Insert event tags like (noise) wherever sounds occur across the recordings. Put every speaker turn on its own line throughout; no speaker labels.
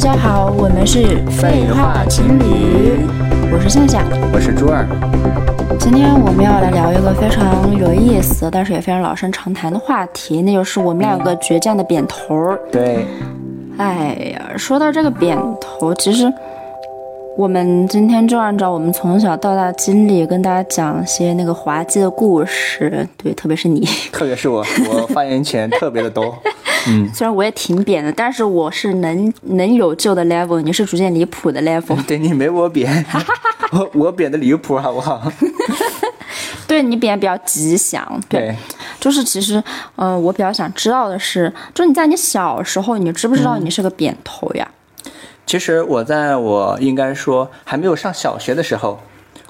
家好，我们是
废话情侣，
我是夏夏。
我是朱二，
今天我们要来聊一个非常有意思，但是也非常老生常谈的话题，那就是我们两个倔强的扁头儿。
对，
哎呀，说到这个扁头，其实我们今天就按照我们从小到大经历，跟大家讲一些那个滑稽的故事。对，特别是你，
特别是我，我发言权特别的 (laughs) 多。
虽然我也挺扁的，但是我是能能有救的 level，你是逐渐离谱的
(laughs)
level。
对你没我 (laughs) 扁，我我扁的离谱，啊好不好？
对你扁比较吉祥，对。
对，
就是其实，呃，我比较想知道的是，就是你在你小时候，你知不知道
嗯
你是个扁头呀？
其实我在我应该说还没有上小学的时候，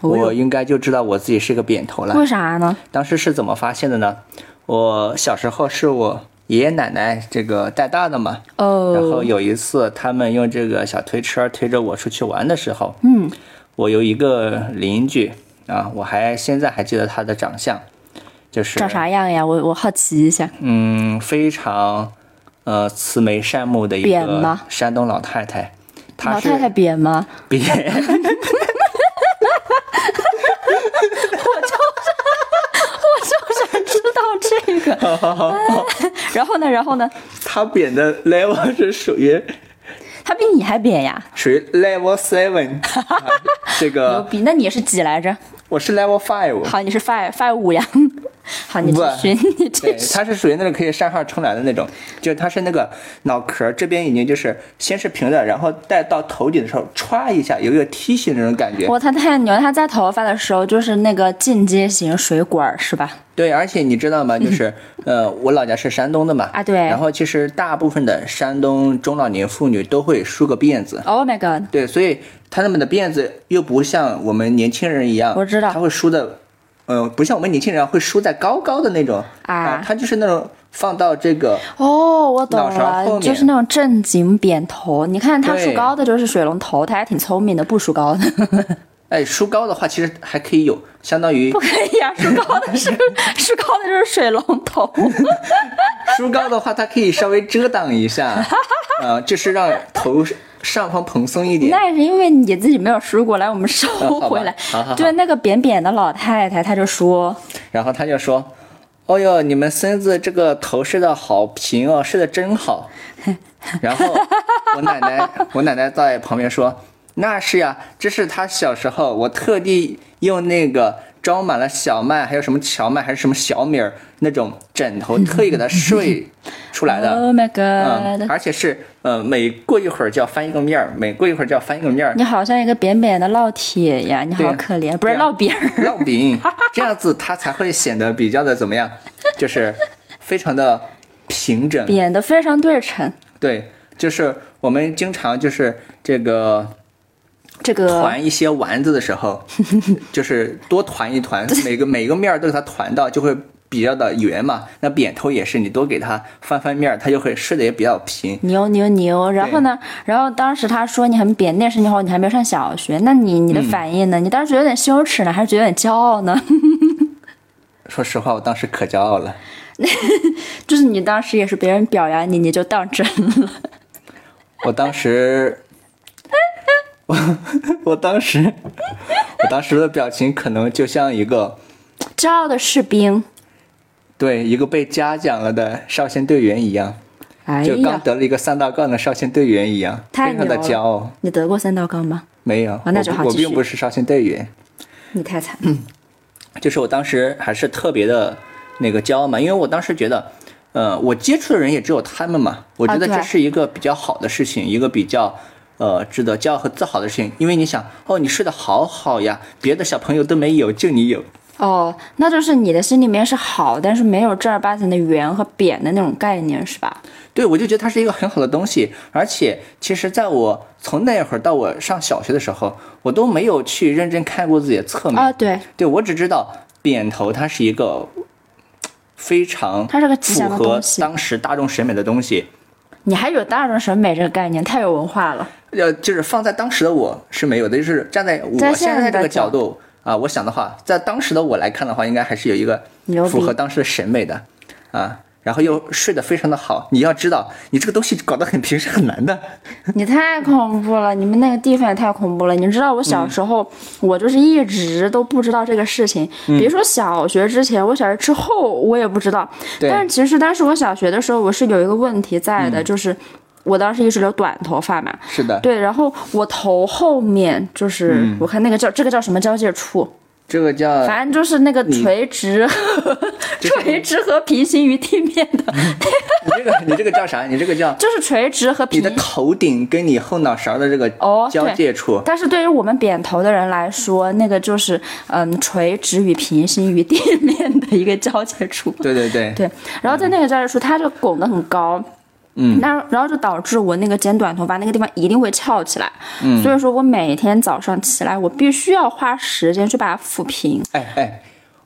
我应该就知道我自己是个扁头了
为。啥呢？
当时是怎么发现的呢？我小时候是我爷爷奶奶这个带大的嘛，然后
哦，
有一次，他们用这个小推车推着我出去玩的时候，嗯，我有一个邻居啊，我还现在还记得他的长相，就是
长啥样呀？我我好奇一下。
嗯，非常呃慈眉善目的一
扁
个
吗
山东老太太，她
老
是
太太扁吗？ (laughs)
扁， (laughs)
我就想知道这个。
(laughs)
然后呢？然后呢？
她扁的 level 是属于
他比你还扁呀？
属于
(laughs)
level seven，、啊、这
牛
个
逼！那你是几来着？
我是 level five。
好，你是 five five 五呀？ (laughs) 好，你继续，你
对
继，续。
它是属于那种可以上号冲篮的那种，就它是那个脑壳这边已经就是先是平的，然后带到头顶的时候歘一下有一个梯形的那种感觉。
哇，他太牛了！他扎头发的时候就是那个进阶型水管儿是吧？
对，而且你知道吗？就是 (laughs) 呃，我老家是山东的嘛，
啊对
然后其实大部分的山东中老年妇女都会梳个辫子，
Oh my god！
对，所以她们的辫子又不像我们年轻人一样，
我知道
她会梳的。呃，不像我们年轻人会梳在高高的那种
啊
它就是那种放到这个
哦，我懂
脑勺后
了，
面
就是那种正经扁头。你看他梳
对
高的就是水龙头，他还挺聪明的，不梳
(laughs)
高的。
哎，梳高的话，其实还可以有，相当于
不可以啊，梳高的是梳高的就是水龙
(laughs)
头。
梳高的话，它可以稍微遮挡一下，呃，就是让头上方蓬松一点。
那也是因为你自己没有梳过来，我们收
啊好吧
回来
好好。好
对，那个扁扁的老太太，她就说
然后他就说：“哦哟，你们孙子这个头睡得好平哦，睡得真好。”然后我奶奶，我奶奶在旁边说：“那是呀、这是他小时候，我特地用那个装满了小麦，还有什么荞麦，还是什么小米儿那种枕头，特意给他睡出来的。
：“Oh my
嗯，
god！”
而且是呃，每过一会儿就要翻一个面儿，每过一会儿就要翻一
(laughs)
个面儿，
你好像一个扁扁的烙铁呀，你
对
好
啊
可怜，不是
对啊
烙饼儿。
烙饼，这样子它才会显得比较的怎么样， (laughs) 就是非常的平整。
扁的非常对称。
对，就是我们经常就是这个
这个
团一些丸子的时候，就是多团一团，每个每个面儿都给它团到，就会比较的圆嘛。那扁头也是，你多给它翻翻面儿，它就会睡得也比较平。
牛牛牛，然后呢？然后当时他说你很扁，那时候你还没有上小学，那你你的反应呢？你当时觉得有点羞耻呢，还是觉得有点骄傲呢？ (laughs)
说实话，我当时可骄傲了。
就是你当时也是别人表扬你，你就当真了。 (laughs)
我当时， (laughs) 我我当时，我当时的表情可能就像一个
骄傲的士兵，
对一个被嘉奖了的少先队员一样，
哎
就刚
呀，
得了一个三道杠的少先队员一样，
太
非常的
牛了
骄傲。
你得过三道杠吗？
没有，
那就好
我不我
继续
并不是少先队员，
你太惨。
就是我当时还是特别的那个骄傲嘛，因为我当时觉得。呃，我接触的人也只有他们嘛，我觉得
啊对
这是一个比较好的事情，一个比较呃值得骄傲和自豪的事情。因为你想，哦，你睡得好好呀，别的小朋友都没有，就你有。
哦，那就是你的心里面是好，但是没有正儿八经的圆和扁的那种概念，是吧？
对，我就觉得它是一个很好的东西，而且其实在我从那会儿到我上小学的时候，我都没有去认真看过自己的侧面。
啊，对，
对我只知道扁头它是一个嘖非常
它是个吉
符
祥的
合
东西。
当时大众审美的东西，
你还有大众审美这个概念，太有文化了。
呃，就是放在当时的我是没有的，就是站在我
在现
现
在
在这
的
个
角
角度啊，我想的话，在当时的我来看的话，应该还是有一个
牛逼
符合当时的审美的啊。然后又睡得非常的好。你要知道，你这个东西搞得很 (laughs) 平是很难的。
你太恐怖了，你们那个地方也太恐怖了。你知道我
嗯
小时候，我就是一直都不知道这个事情。
嗯
别说小学之前，我小学之后我也不知道。
对嗯
但是其实当时我小学的时候，我是有一个问题在的，就是我当时一直留短头发嘛。
是的，
对，然后我头后面就是，
嗯
我看那个叫这个叫什么交界处，
这个叫
反正就是那个垂直、 (laughs) 垂直和平行于地面的，
你这个你这个叫啥？你这
(laughs)
个叫
就是垂直和
你
平
的。头顶跟你后脑勺的这个
哦
交界处。
但是对于我们扁头的人来说，那个就是嗯垂直与平行于地面的一个交界处。
对对对，
对，然后在那个交界处，它就拱得很高。
嗯，
那然后就导致我那个剪短头发那个地方一定会翘起来，嗯，所以说我每天早上起来，我必须要花时间去把它抚平。
哎哎，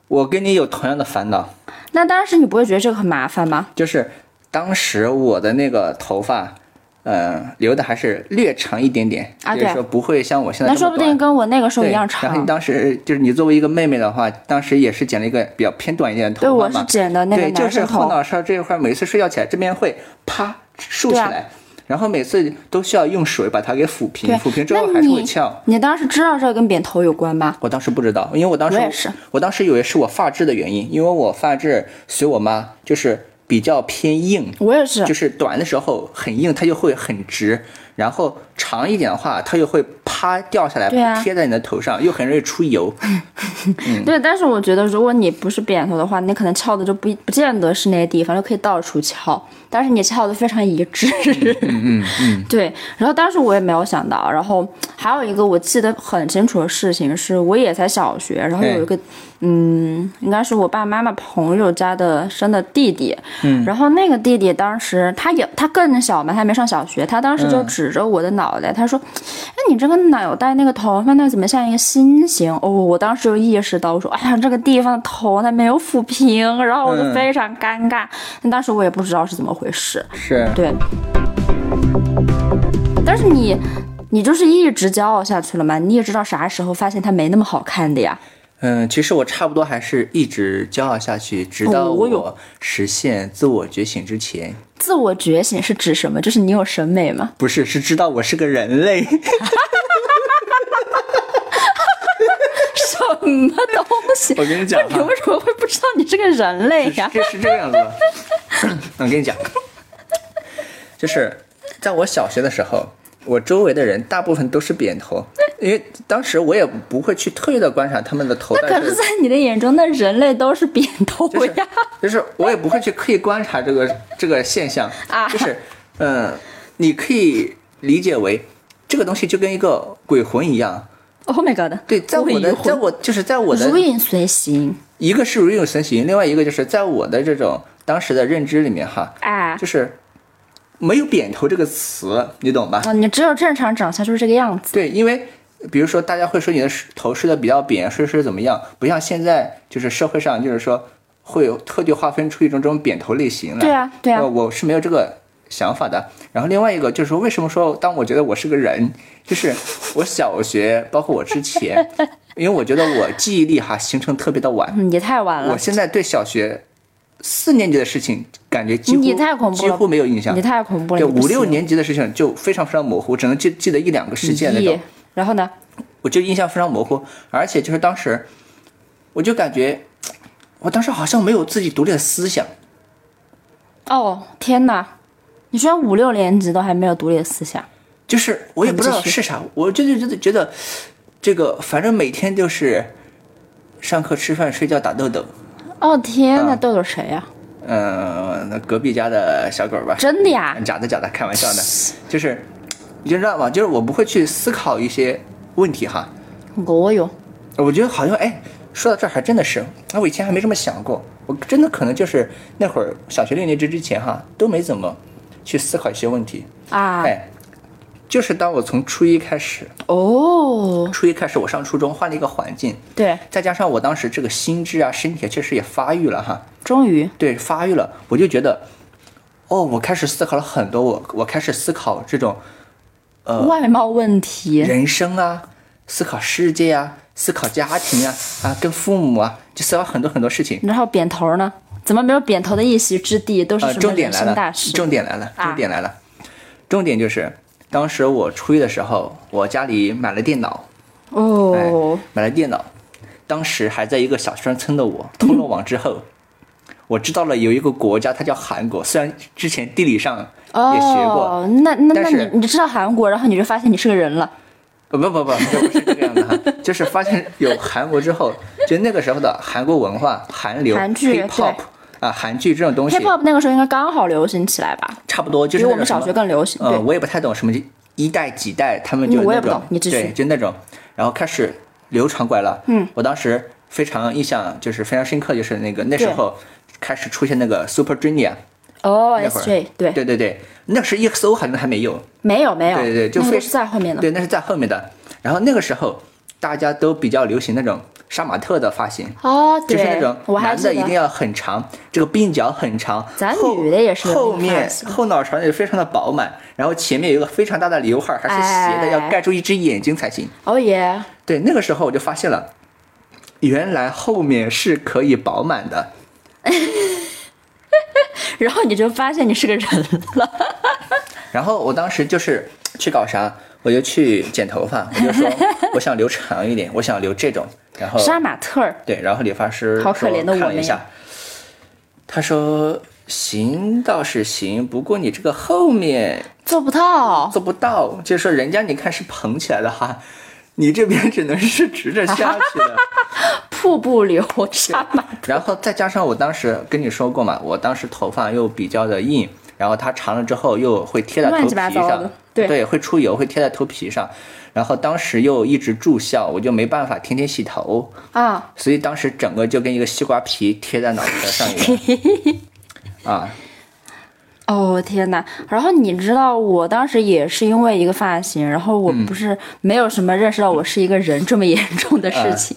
我跟你有同样的烦恼，
那当时你不会觉得这个很麻烦吗？
就是当时我的那个头发，呃，留的还是略长一点点，
啊
就是
对
说不会像我现在
那
这
说
么
不
短
定跟我那个时候
对，
一样
然后
长
你。当时就是你作为一个妹妹的话，当时也是剪了一个比较偏短一点的头发
对，我
嘛
是剪的那个
对，就
男
是
生
后
头。
脑勺这一块，每次睡觉起来这边会啪竖起
对啊
来，然后每次都需要用水把它给抚平，
对，
抚平之后
那
还是会
你
翘。
你当时知道这个跟扁头有关吗？
我当时不知道，因为我当时
我也是
我当时以为是我发质的原因，因为我发质随我妈就是比较偏硬，
我也是
就，是短的时候很硬，它就会很直，然后长一点的话，它又会啪掉下来，
对啊
贴在你的头上，又很容易
(laughs)
出油。嗯
对。但是我觉得，如果你不是扁头的话，你可能翘的就不不见得是那些地方，就可以到处翘。但是你翘的非常一致。
嗯嗯，
(laughs) 对。然后当时我也没有想到。然后还有一个我记得很清楚的事情是，我也才小学，然后
哎
有一个嗯应该是我爸妈妈朋友家的生的弟弟，嗯，然后那个弟弟当时他也他更小嘛，他还没上小学，他当时就
嗯
指着我的脑袋，他说：“哎，你这个脑袋那个头发那怎么像一个心形？”哦，我当时就意识到，我说：“哎呀，这个地方的头它没有抚平。”然后我就
嗯
非常尴尬，但当时我也不知道是怎么回事，
是。
对。但是你，你就是一直骄傲下去了嘛？你也知道啥时候发现它没那么好看的呀？
嗯，其实我差不多还是一直骄傲下去，直到
哦我有
我实现自我觉醒之前，
自我觉醒是指什么？就是你有审美吗？ (laughs)
不是，是知道我是个人类。
什么东西？
我跟你讲
你
哈，
为什么会不知道你是个人类哎呀、
这 (laughs) 是这样子的。嗯我跟你讲，就是在我小学的时候，我周围的人大部分都是扁头，因为当时我也不会去特意的观察他们的头，但
可是，在你的眼中，那人类都是扁头呀。
就是就是我也不会去刻意观察这个这个现象
(laughs) 啊
就是嗯，你可以理解为这个东西就跟一个鬼魂一样。
Oh my god！
对，在我的，在我就是在我
如
的
影随形。
一个是如影随形，另外一个就是在我的这种当时的认知里面哈，
哎
就，是没有“扁头”这个词，你懂吧？
哦，你只有正常长相就是这个样子。
对，因为比如说大家会说你的头梳的比较扁，梳梳怎么样？不像现在就是社会上就是说会有特地划分出一种这种扁头类型来。
对啊对啊
呃我是没有这个想法的。然后另外一个就是说，为什么说当我觉得我是个人，就是我小学包括我之前，因为我觉得我记忆力哈形成特别的晚，
嗯，也太晚
我
了，
现在对小学四年级的事情感觉几乎
你太恐怖
几
了
乎没有印象
你。太恐怖了。
对，
你不
五
行
六年级的事情就非常非常模糊，只能记记得一两个事件那种
咦，然后呢？
我就印象非常模糊。而且就是当时，我就感觉，我当时好像没有自己独立的思想。
哦，天哪！你居然五六年级都还没有独立的思想，
就是我也不知
我
道
们继
是啥，我就就就就觉得，这个反正每天就是上课、吃饭、睡觉、打豆豆。
哦天哪，
啊
豆豆谁呀、
嗯，那隔壁家的小狗吧。
真的啊呀？
假的假的，开玩笑的，就是你知道吗？就是我不会去思考一些问题哈。
我有，
我觉得好像哎，说到这儿还真的是，那我以前还没这么想过。我真的可能就是那会儿小学六年级之前哈，都没怎么去思考一些问题。
啊，嗯
哎，就是当我从初一开始，
哦，
初一开始我上初中换了一个环境，
对，
再加上我当时这个心智啊、身体啊确实也发育了哈，
终于，
对，发育了，我就觉得，哦，我开始思考了很多，我我开始思考这种
外貌问题，
呃人生啊，思考世界啊，思考家庭啊，啊，跟父母啊，就思考很多很多事情。
然后扁头呢？怎么没有扁头的一席之地？都是
呃，
什么
重点
人
来
生大
了，
事？
重点来了，
啊
重点来了，重点就是当时我初一的时候，我家里买了电脑，
哦，
买了电脑，当时还在一个小山村的我，通了网之
嗯
后，我知道了有一个国家，它叫韩国。虽然之前地理上也学过，
哦，那那那
但是
你你知道韩国，然后你就发现你是个人了。
呃不不不，这不是这个样
(laughs)
的哈，就是发现有韩国之后，就那个时候的韩国文化、韩流、
韩剧
hip hop 啊，韩剧这种东西，
Hip-hop 那个时候应该刚好流行起来吧，
差不多
比
就是那
我
种
们
什
小
么
学更流行。
呃，
对，
我也不太懂什么一代几代，他们就
嗯我
那
也不
种
懂你继续
对，就那种，然后开始流传过来了。嗯，我当时非常印象就是非常深刻，就是那个那时
对
候开始出现那个 Super Junior，
哦
呃那会儿
，S.J. 对，
对对对，那时 EXO 好像还没有，
没有没有，
对对对就
那个
非
都是在后面的。
对，那是在后面的。然后那个时候大家都比较流行那种杀马特的发型。
哦，
就
对
是那种
我还
男
记
的
得
一定要很长，这个鬓角很长，
咱
后
女的也是有那
后
个发
面
型
后脑勺也非常的饱满，然后前面有一个非常大的刘海儿，还是斜的，
哎
要盖住一只眼睛才行。
哦耶，
对，那个时候我就发现了，原来后面是可以饱满的。
然后你就发现你是个人了。
然后我当时就是去搞啥，我就去剪头发，我
(laughs)
就说我想留长一点，我想留这种。然后
杀马特儿，
对，然后理发师
好可
说
怜的我
看了一
们
下
呀，
他说行倒是行，不过你这个后面
做不到。
做不到，就是说人家你看是蓬起来的哈，你这边只能是直着下去
(laughs)
的。
瀑布流杀马，
然后再加上我当时跟你说过嘛，我当时头发又比较的硬，然后它长了之后又会贴在头皮
乱七八糟
上
的，对
会出油，会贴在头皮上。然后当时又一直住校，我就没办法天天洗头，
啊！
所以当时整个就跟一个西瓜皮贴在脑壳上一样。 (laughs) 啊，
哦天哪！然后你知道，我当时也是因为一个发型，然后
嗯
我不是没有什么认识到我是一个人这么严重的
嗯
事情。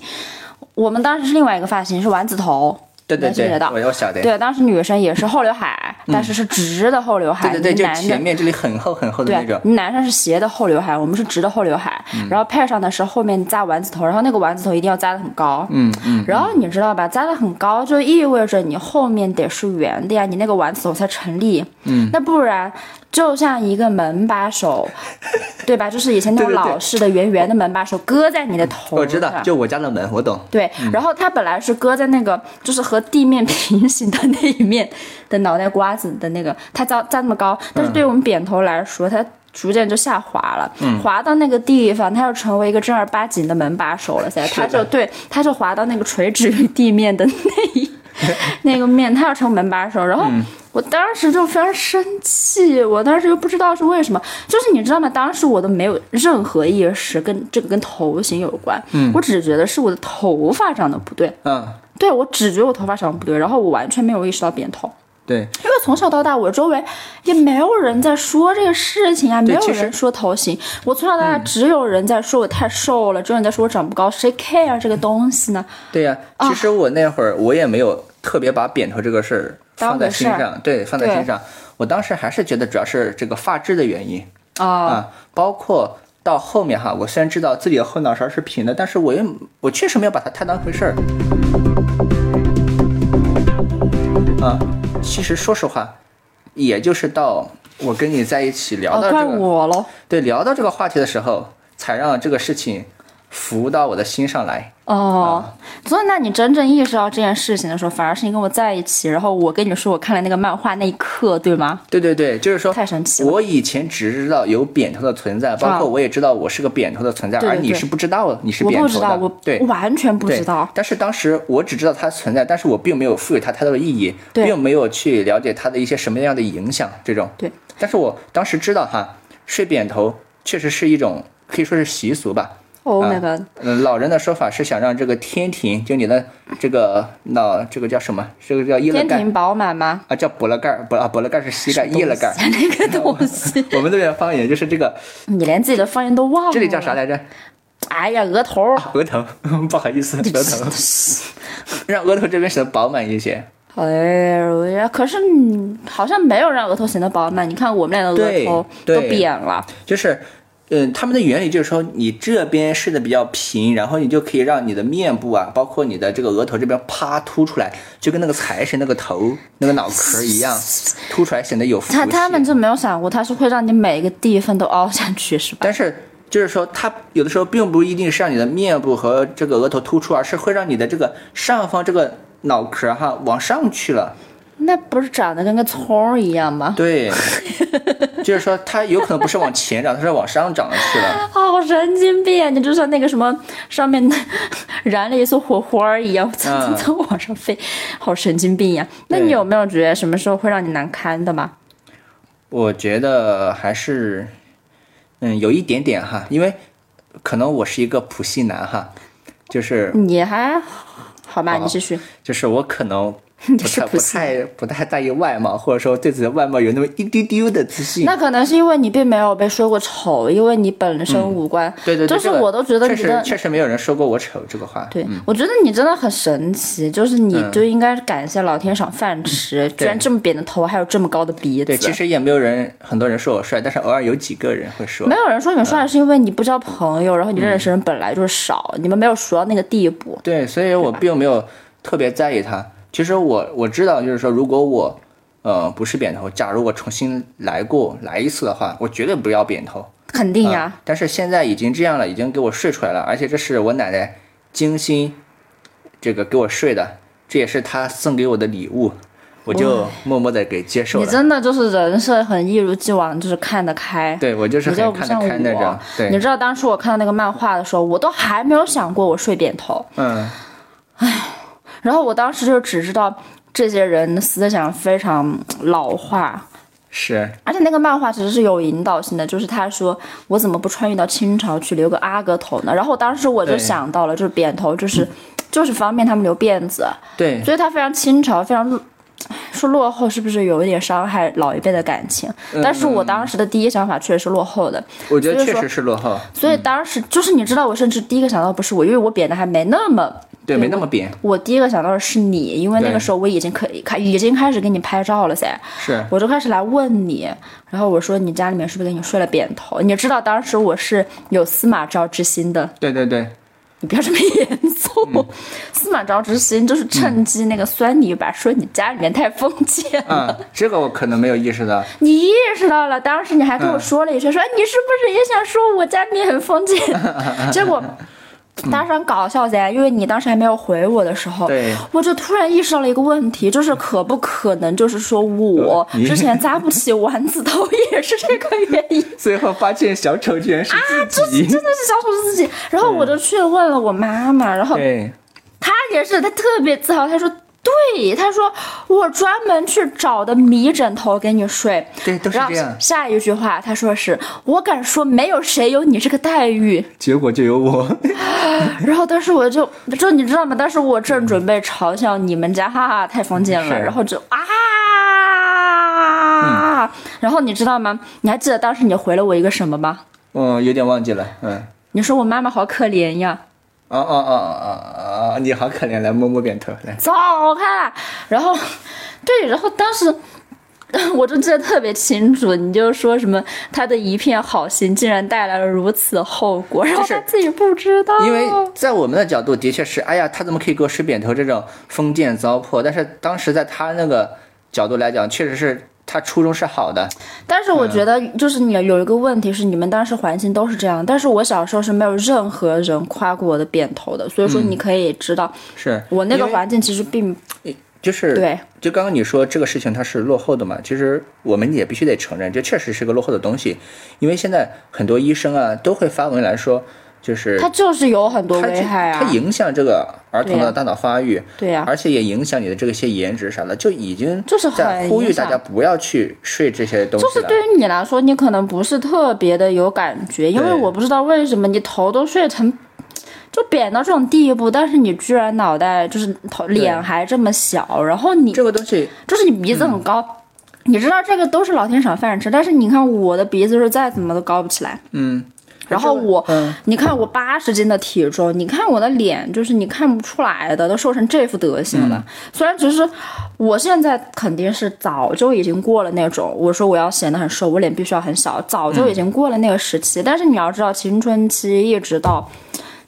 我们当时是另外一个发型是丸子头，
对对
能记
对
得，到
我我晓得。
对，当时女生也是后刘海，但是是直的后刘海，
对对对，
你
就
男的
前面这里很厚很厚的那嗯
对
种，，
你男生是斜的后刘海，我们是直的后刘海，然后配上的是后面扎丸子头，然后那个丸子头一定要扎得很高，
嗯嗯，
然后你知道吧，扎得很高就意味着你后面得是圆的呀，你那个丸子头才成立，嗯，那不然就像一个门把手，对吧？就是以前那种
对对对
老式的圆圆的门把手搁在你的头上，
我知道，就我家的门，我懂。
对，然后它本来是搁在那个就是和地面 (laughs) 平行的那一面的脑袋瓜子的那个，它扎扎那么高，但是
嗯
对于我们扁头来说，它逐渐就下滑了，
嗯
滑到那个地方，它又成为一个正儿八经的门把手了。现在
是
它就
的
对，它就滑到那个垂直于地面的 (laughs) 那一那个面，它要成门把手，然后。
嗯
我当时就非常生气，我当时又不知道是为什么，就是你知道吗？当时我都没有任何意识跟这个跟头型有关，嗯，我只觉得是我的头发长得不对，
嗯，
对我只觉得我头发长得不对，然后我完全没有意识到扁头，
对
因为从小到大我周围也没有人在说这个事情啊，没
对
有
其实嗯
人说头型，我从小到大只有人在说我太瘦了，只有人在说我长不高，谁 care 这个东西呢？
对呀、
哦
其实我那会儿我也没有特别把扁头这个事儿放在心
当回
上，对，放在
对
心上。我当时还是觉得主要是这个发质的原因
啊、
啊，包括到后面哈，我虽然知道自己的后脑勺是平的，但是我又我确实没有把它太当回事儿。啊，其实说实话，也就是到我跟你在一起聊
哦，
到
怪
这个，
我喽，
对，聊到这个话题的时候，才让这个事情浮到我的心上来。
哦，
嗯
所以那你真正意识到这件事情的时候，反而是你跟我在一起，然后我跟你说我看了那个漫画那一刻，对吗？
对对对，就是说，
太神奇了
我以前只知道有扁头的存在，包括我也知道我是个扁头的存在，
啊对对
而你
对
是不知道你是
我
扁
不
头
知道，
的。
我
对
我完全不
对
知道。
但是当时我只知道它存在，但是我并没有赋予它太多的意义，
对
并没有去了解它的一些什么样的影响这种。
对，
但是我当时知道哈，睡扁头确实是一种可以说是习俗吧。
Oh
啊
my god！
嗯，老人的说法是想让这个天庭，就你的这个脑，这个叫什么？这个叫叶勒
天
嗯盖
庭饱满吗？
啊，叫博勒盖儿，博啊博勒盖儿是膝盖，
(laughs)
叶勒盖儿。
那个东
(laughs)
西，
我们这边的方言就是这个，
你连自己的方言都忘了。
这里叫啊啥？来着？
哎呀，额头儿。
(laughs) 额头，不好意思，额头， (laughs) 让额头这边显得饱满一些。
哎呀，可是你好像没有让额头显得饱满。你看我们俩的额
对
头
对
都扁了，
就是嗯，他们的原理就是说，你这边试的比较平，然后你就可以让你的面部啊，包括你的这个额头这边啪凸出来，就跟那个财神那个头、那个脑壳一样，凸出来显得有福气。
他他们就没有想过，他是会让你每个地方都凹下去，是吧？
但是就是说，它有的时候并不一定是让你的面部和这个额头突出，而啊是会让你的这个上方这个脑壳哈往上去了。
那不是长得跟个葱儿一样吗？
(laughs) 对，就是说它有可能不是往前长，它是往上长去了。
好哦神经病！你就像那个什么上面 (laughs) 燃了一束火花儿一样，蹭蹭蹭往上飞，好神经病呀！那你
嗯对
有没有觉得什么时候会让你难堪的吗？
我觉得还是，嗯，有一点点哈，因为可能我是一个普信男哈，就是
你还好吧？你继
(laughs)
续。
就是我可能
(laughs) 你
不
是
太
普
不
信
太不太在意外貌，或者说对自己的外貌有那么一丢丢的自信。
那可能是因为你并没有被说过丑，因为你本身五官，
嗯对对对，
就是
这个
我都觉得
确
你
实嗯
的，
确实没有人说过我丑这个话。
对、我觉得你真的很神奇，就是你
嗯
就应该感谢老天赏饭吃，居然这么扁的头，还有这么高的鼻子。
对，其实也没有人，很多人说我帅，但是偶尔有几个人会说
没。有人说你们帅，是因为你不交朋友，然后你认识人本来就少，你们没有熟到那个地步。
对，所以我并没有特别在意他。其实我我知道，就是说，如果我呃不是扁头，假如我重新来过来一次的话，我绝对不要扁头。
肯定
啊
哎呀、
但是现在已经这样了，已经给我睡出来了，而且这是我奶奶精心这个给我睡的，这也是她送给我的礼物，我就默默的给接受
你
了。
真的就是人设很一如既往，就是看得开。
对我就是
你就
很
不
看
像
得开那种
我，，啊你
对，
知道当时我看到那个漫画的时候，我都还没有想过我睡扁头，
嗯，
然后我当时就只知道这些人的思想非常老化，
是，
而且那个漫画其实是有引导性的，就是他说我怎么不穿越到清朝去留个阿哥头呢？然后我当时我就
对
想到了，就是扁头，就是就是方便他们留辫子，
对，
所以他非常清朝，非常落说落后是不是有一点伤害老一辈的感情？但是我当时的第一想法确实是落后的，
我觉得
所以
确
说
实是落后，
所以当时就是你知道，我甚至第一个想到不是我，因为我扁的还没那么。
对，没那么扁，
我第一个想到的是你，因为那个
对
时候我已经可以开，已经开始给你拍照了噻，
是，
我就开始来问你，然后我说你家里面是不是给你睡了扁头？你知道当时我是有司马昭之心的，
对对对，
你不要这么严肃。司马昭之心就是趁机那个酸你一把，说你家里面太封建了。
啊，这个我可能没有意识到，
你意识到了，当时你还跟我
嗯
说了一句，说哎你是不是也想说我家里面很封建？
(laughs)
结果当时很搞笑噻，因为你当时还没有回我的时候，
对
我就突然意识到了一个问题，就是可不可能就是说我
对你
之前扎不起丸子头也是这个原
(laughs)
因。
最后发现小丑居然是自己，
真的啊是小丑是自己，然后我就去问了我妈妈，然后
对，
她也是，她特别自豪，她说对，她说我专门去找的米枕头给你睡，
对，都是
然后
这样，
下一句话，他说是我敢说没有谁有你这个待遇。
结果就有我， (laughs)
然后当时我就就你知道吗？当时我正准备嘲笑你们家，哈哈，太封建了。
嗯是
然后就
嗯
啊，然后你知道吗？你还记得当时你回了我一个什么吗？
嗯，有点忘记了，嗯。
你说我妈妈好可怜呀，
哦哦哦哦哦！你好可怜，来摸摸扁头，来。
走开！然后， (laughs) 对，然后当时 (laughs) 我就记得特别清楚，你就说什么他的一片好心竟然带来了如此后果，然后
是
他自己不知道。
因为在我们的角度，的确是，哎呀，他怎么可以给我吃扁头这种封建糟粕？但是当时在他那个角度来讲，确实是他初衷是好的，
但是我
嗯
觉得，就是你有一个问题是，你们当时环境都是这样，但是我小时候是没有任何人夸过我的扁头的，所以说你可以知道，
嗯是
我那个
因为
环境其实并
就是
对，
就刚刚你说这个事情它是落后的嘛，其实我们也必须得承认，这确实是个落后的东西，因为现在很多医生啊都会发文来说，就是
它就是有很多
它
危害啊
它，影响这个儿童
对
的
呀
大脑发育，
对啊呀、
而且也影响你的这个些颜值啥的，就已经
就是很
在呼吁
影响
大家不要去睡这些东西
就是
了。
对于你来说，你可能不是特别的有感觉，因为
对
我不知道为什么你头都睡成就扁到这种地步，但是你居然脑袋就是头脸还这么小，然后你
这个东西，
就是你鼻子很
嗯
高。你知道这个都是老天赏饭吃，但是你看我的鼻子是再怎么都高不起来，
嗯，
然后我，你看我八十斤的体重，你看我的脸，就是你看不出来的，都瘦成这副德行
嗯
了。虽然只是我现在肯定是早就已经过了那种，我说我要显得很瘦，我脸必须要很小，早
嗯
就已经过了那个时期。但是你要知道，青春期一直到。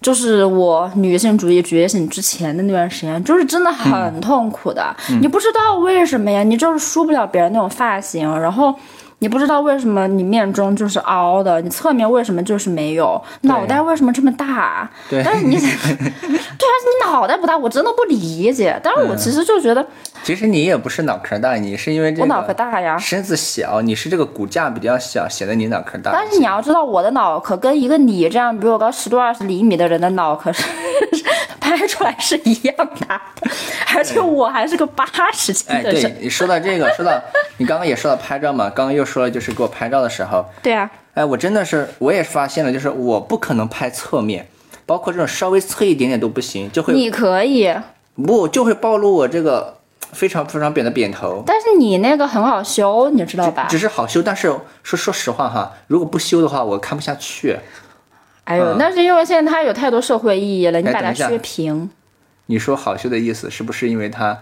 就是我女性主义觉醒之前的那段时间，就是真的很痛苦的。
嗯
你不知道为什么呀，你就是梳不了别人那种发型，然后你不知道为什么你面中就是凹的，你侧面为什么就是没有，脑袋为什么这么大？
对
但是
(laughs)
你，对啊，你脑袋不大，我真的不理解。但是
嗯
我其实就觉得
其实你也不是脑壳大，你是因为这
我脑壳
个
大呀。
身子小，你是这个骨架比较小，显得你脑壳大。
但是你要知道，我的脑壳跟一个你这样比我高十多二十厘米的人的脑壳是 (laughs) 拍出来是一样大的，而且我还是个八十斤
哎，
的
对
人。
你说到这个，说到你刚刚也说到拍照嘛，刚刚又说了，就是给我拍照的时候，
对啊，
哎，我真的是我也发现了，就是我不可能拍侧面，包括这种稍微侧一点点都不行，就会
你可以，
不就会暴露我这个非常非常扁的扁头。
但是你那个很好修，你知道吧
只？是好修，但是说说实话哈，如果不修的话，我看不下去。
哎呦，
嗯
那是因为现在它有太多社会意义了，你
哎
把它
等一下
削平。
你说好修的意思是不是因为它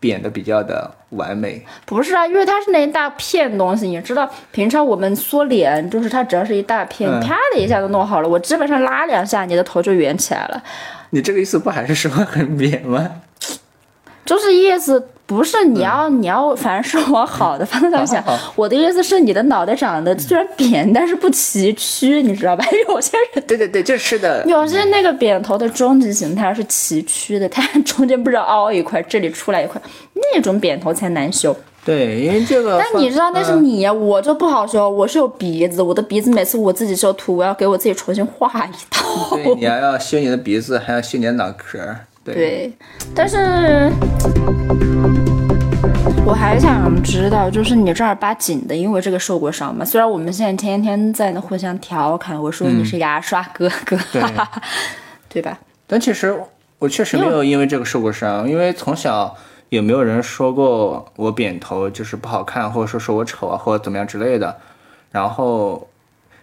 扁的比较的完美？
不是啊，因为它是那一大片东西，你知道，平常我们缩脸，就是它只要是一大片，
嗯
啪的一下就弄好了。我基本上拉两下，你的头就圆起来了。
你这个意思不还是说很扁吗？ (laughs)
就是意思不是你要、你要，反正是往好的方向想。
嗯好好嗯
我的意思是，你的脑袋长得虽然扁，但是不崎岖，你知道吧？ (laughs) 有些
(laughs)
人
对对对，这是的。
有些那个扁头的终极形态是崎岖的，它中间不知道凹一块，这里出来一块，那种扁头才难
(laughs)
修。
对，因为这个放。
但你知道那是
嗯
你呀，我就不好修，我是有鼻子，我的鼻子每次我自己修图，我要给我自己重新画一套。
对，你还要修你的鼻子，还要修你的脑壳儿。对，
哦对，但是我还想知道，就是你正儿八经的，因为这个受过伤吗？虽然我们现在天天在那互相调侃，我说你是牙刷哥哥，
嗯
(laughs) 对
对
吧？
但其实我确实没有因为这个受过伤，因为从小也没有人说过我扁头就是不好看，或者说说我丑啊，或者怎么样之类的。然后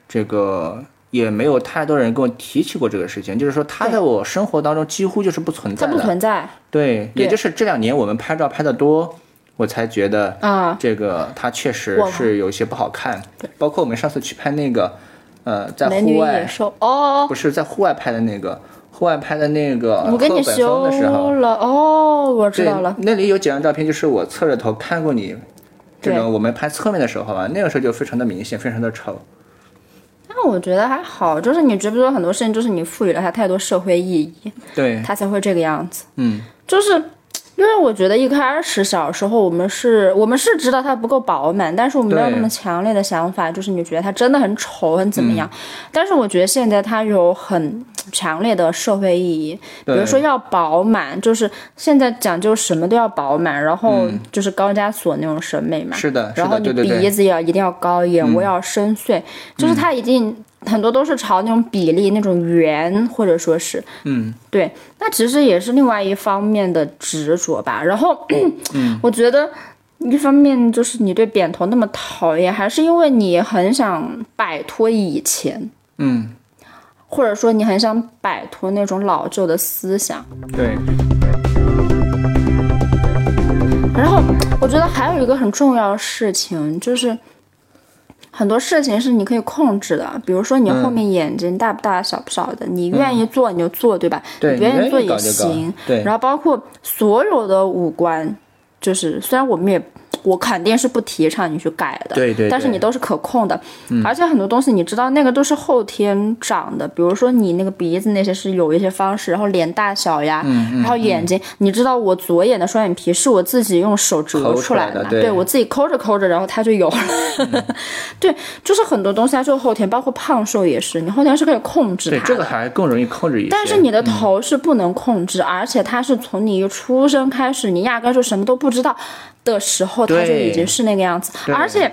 这个也没有太多人跟我提起过这个事情，就是说它在我生活当中几乎就是不存
它
在
不
的。
存在
对，
对
也就是这两年我们拍照拍的多，我才觉得
啊、
这个它确实
我
是有一些不好看，包括我们上次去拍那个，呃，在
美女
户
野
外
兽哦，
不是在户外拍的那个，户外拍的那个
我给你
呃贺本峰
修
的时候，
了哦，我知
对
道了，，
那里有几张照片，就是我侧着头看过你，这
对
种我们拍侧面的时候啊，那个时候就非常的明显，非常的丑。
但我觉得还好，就是你觉不觉得很多事情就是你赋予了它太多社会意义，
对，
它才会这个样子。
嗯，
就是因为我觉得一开始小时候我们是我们是知道它不够饱满，但是我们没有
对
那么强烈的想法，就是你觉得它真的很丑很怎么
嗯
样。但是我觉得现在它有很强烈的社会意义，比如
对
说要饱满，就是现在讲究什么都要饱满，然后
嗯
就是高加索那种审美嘛。
是的，是
然后
的，
你
对对嗯
鼻
对，
子也要一定要高一点，我要深邃，就是它已经很多都是朝那种比例、那种圆，或者说是，
嗯，
对，那其实也是另外一方面的执着吧。然后，
嗯
我觉得一方面就是你对扁头那么讨厌，还是因为你很想摆脱以前，
嗯，
或者说你很想摆脱那种老旧的思想。
对，
然后我觉得还有一个很重要的事情就是。很多事情是你可以控制的，比如说你
嗯
后面眼睛大不大、小不小的，你愿意做你就做，对吧？
对，
你
你
不愿意做
愿意
也
搞就搞
行。，
对
然，后包括所有的五官，就是虽然我们也我肯定是不提倡你去改的，
对对
但是
对嗯
你都是可控的，而且很多东西你知道那个都是后天长的，比如说你那个鼻子那些是有一些方式，然后脸大小呀，
嗯
然后眼睛，你知道我左眼的双眼皮是我自己用手折
抠
出
出
来
来
的
的
嘛，
对嗯
我自己抠着抠着，然后它就有了， (laughs) 对，就是很多东西它就是后天，包括胖瘦也是，你后天是可以控制它
对
的，
这个还更容易控制一些。嗯
但是你的头是不能控制，而且它是从你一出生开始，你压根儿就什么都不知道的时候，它就
对
已经是那个样子。
对
而且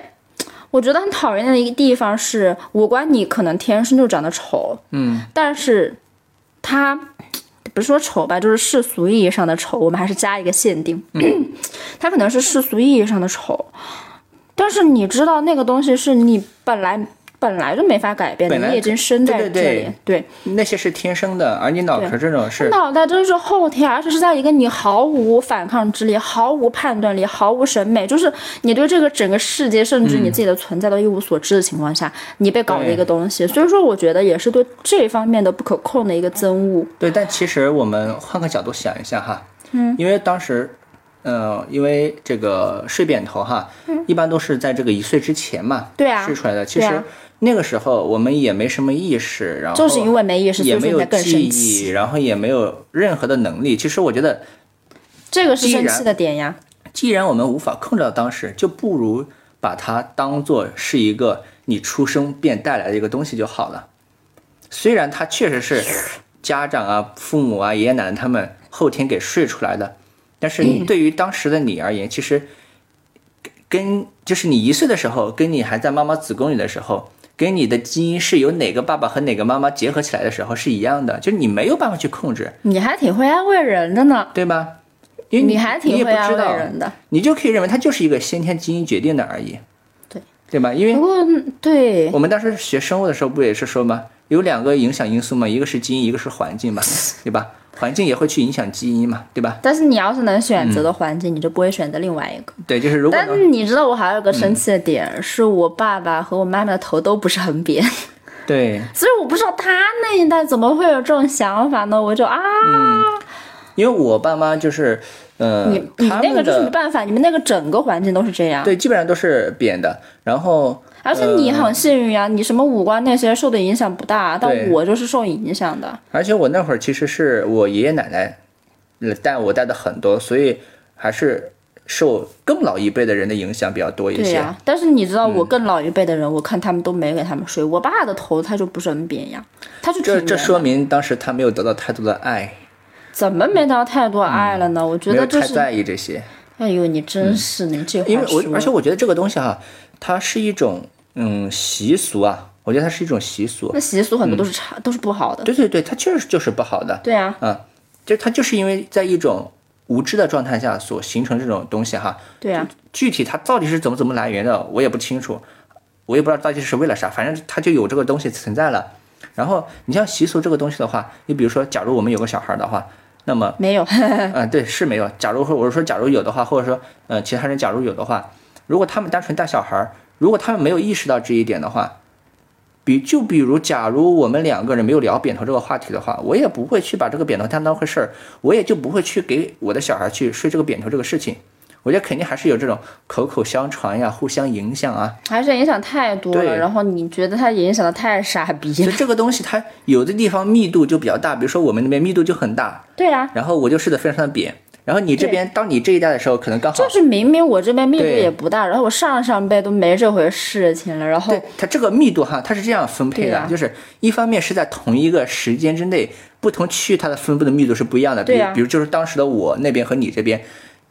我觉得很讨厌的一个地方是，五官你可能天生就长得丑，嗯，但是它不是说丑吧，就是世俗意义上的丑，我们还是加一个限定，
嗯
(clears throat) 它可能是世俗意义上的丑，但是你知道那个东西是你本来。本来就没法改变的，
本来
你已经生在这
对
里，
对
对
那些是天生的，而你脑壳这种是
脑袋真的是后天，而且是在一个你毫无反抗之力、毫无判断力、毫无审美，就是你对这个整个世界，甚
嗯
至你自己的存在都一无所知的情况下，你被搞的一个东西。所以说，我觉得也是对这方面的不可控的一个憎恶。
对，但其实我们换个角度想一下哈，嗯，因为当时，嗯、因为这个睡扁头哈，一般都是在这个一岁之前嘛，
嗯对啊
睡出来的。其
对啊
实那个时时候我们也没什么意识，然后
就是因为没意识，所
哦也
以说
没
你
有
才更生
记
气
忆，。然后也没有任何的能力。其实我觉得，
这个是
依
生
然
气的点呀。
既然我们无法控制到当时，就不如把它当做是一个你出生便带来的一个东西就好了。虽然它确实是家长啊、父母啊、爷爷奶奶他们后天给睡出来的，但是
嗯
对于当时的你而言，其实跟就是你一岁的时候，跟你还在妈妈子宫里的时候，跟你的基因是由哪个爸爸和哪个妈妈结合起来的时候是一样的，就是你没有办法去控制，
你还挺会安慰人的呢，
对吧？因为
你还挺
也不
会安
知
慰
道
人的。
你就可以认为它就是一个先天基因决定的而已，
对
对吧？因
不
为
过，嗯对，
我们当时学生物的时候不也是说吗？有两个影响因素嘛，一个是基因，一个是
(laughs)
环境嘛，对吧？环境也会去影响基因嘛，对吧？
但是你要是能选择的
嗯
环境，你就不会选择另外一个。
对，就是如果
但
能
是你知道我还有个生气的点，是我爸爸和我妈妈的头都不是很扁， (laughs)
对，
所以我不知道他那一代怎么会有这种想法呢？我就啊，
嗯因为我爸妈就是，呃，
你你
他
那个
们
就是没
的
办法，你们那个整个环境都是这样。
对基本上都是扁的，然后
而且你很幸运啊，你什么五官那些受的影响不大，但
嗯对
我就是受影响的。
而且我那会儿其实是我爷爷奶奶呃带我带的很多，所以还是受更老一辈的人的影响比较多一
对
些。
呀、但是你知道，
嗯
我更老一辈的人，我看他们都没给他们睡。我爸的头他就不是很扁呀，他就挺
这
圆
这
的
说明当时他没有得到太多的爱，
怎么没到太多爱了呢？我觉
嗯没
得
有
这
太
是，
在意这些。
哎呦，你真是、你这话
因为
说
我而且我觉得这个东西哈、它是一种嗯习俗啊，我觉得它是一种习俗
那。习俗很多都是差，都是不好的。
对对对，它确实就是不嗯好的。
对啊，
啊，就它就是因为在一种无知的状态下所形成这种东西哈。
对啊，
具体它到底是怎么怎么来源的，我也不清楚，我也不知道到底是为了啥，反正它就有这个东西存在了。然后你像习俗这个东西的话，你比如说，假如我们有个小孩的话，那么
没有，
(laughs) 嗯，对，是没有。假如说我是说，假如有的话，或者说，呃，其他人假如有的话，如果他们单纯带小孩儿，如果他们没有意识到这一点的话，比就比如，假如我们两个人没有聊扁头这个话题的话，我也不会去把这个扁头当当回事儿，我也就不会去给我的小孩去睡这个扁头这个事情。我觉得肯定还是有这种口口相传呀，互相影响啊。
还是影响太多了。
对
然后你觉得他影响的太傻逼
所
了。
以这个东西它有的地方密度就比较大，比如说我们那边密度就很大，
对啊，
然后我就睡得非常的扁，然后你这边当你这一代的时候，可能刚好
就是明明我这边密度
对
也不大，然后我上上辈都没这回事情了，然后
对它这个密度哈，它是这样分配
对
的，
啊
就是一方面是在同一个时间之内，不同区域它的分布的密度是不一样的。比
对
如、
啊
比如就是当时的我那边和你这边，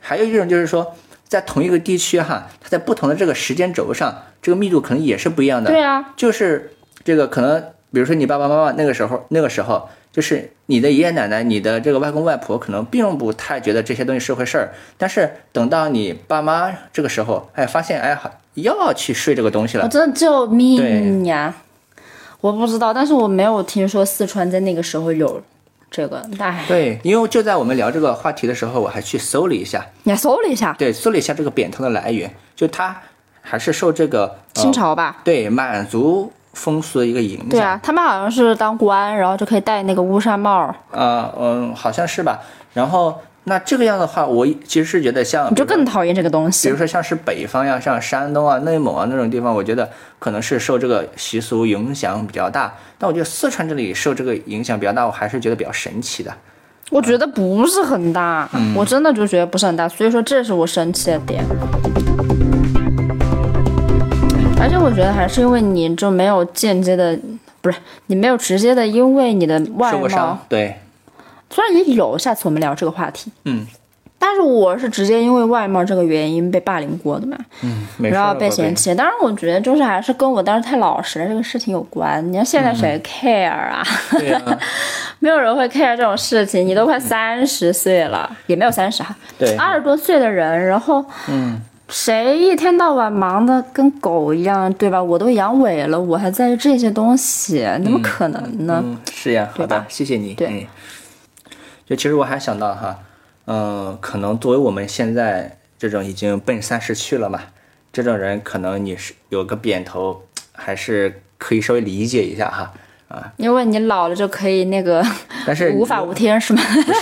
还有一种就是说，在同一个地区哈，它在不同的这个时间轴上，这个密度可能也是不一样的。
对啊，
就是这个可能，比如说你爸爸妈妈那个时候，那个时候就是你的爷爷奶奶、你的这个外公外婆，可能并不太觉得这些东西是回事儿。但是等到你爸妈这个时候，哎，发现哎，好要去睡这个东西
我
了。
真的救命
对
呀！我不知道，但是我没有听说四川在那个时候有这个，哎，
对，因为就在我们聊这个话题的时候，我还去搜了一下，
你还搜了一下，
对，搜了一下这个扁头的来源，就它还是受这个、呃
清朝吧？
对满族风俗的一个影响。
对啊，他们好像是当官，然后就可以戴那个乌纱帽，
啊、嗯，好像是吧。然后那这个样的话，我其实是觉得像
你就
比如
更讨厌这个东
比
西
如。说像是北方呀，像山东啊、内蒙啊那种地方，我觉得可能是受这个习俗影响比较大。但我觉得四川这里受这个影响比较大，我还是觉得比较神奇的。
我觉得不是很大，
嗯
我真的就觉得不是很大，所以说这是我生气的点。而且我觉得还是因为你就没有间接的，不是你没有直接的，因为你的外
受过
貌
伤，，对，
虽然也有，下次我们聊这个话题。
嗯，
但是我是直接因为外貌这个原因被霸凌过的嘛，
没
然后
说
被嫌弃。当然，我觉得就是还是跟我当时太老实了这个事情有关。你看现在谁 care 啊？
嗯对啊，
没有人会 care 这种事情。你都快三十岁了，也没有三十哈，
对
二十多岁的人，然后，嗯，谁一天到晚忙的跟狗一样，对吧？我都阳痿了，我还在意这些东西，怎么可能呢？
嗯，是呀，好
对吧
的，谢谢你。
对
嗯，就其实我还想到哈，嗯、可能作为我们现在这种已经奔三十去了嘛，这种人可能你是有个扁头，还是可以稍微理解一下哈。
因为你老了就可以那个
但嗯是
无法
我
无天，是吗？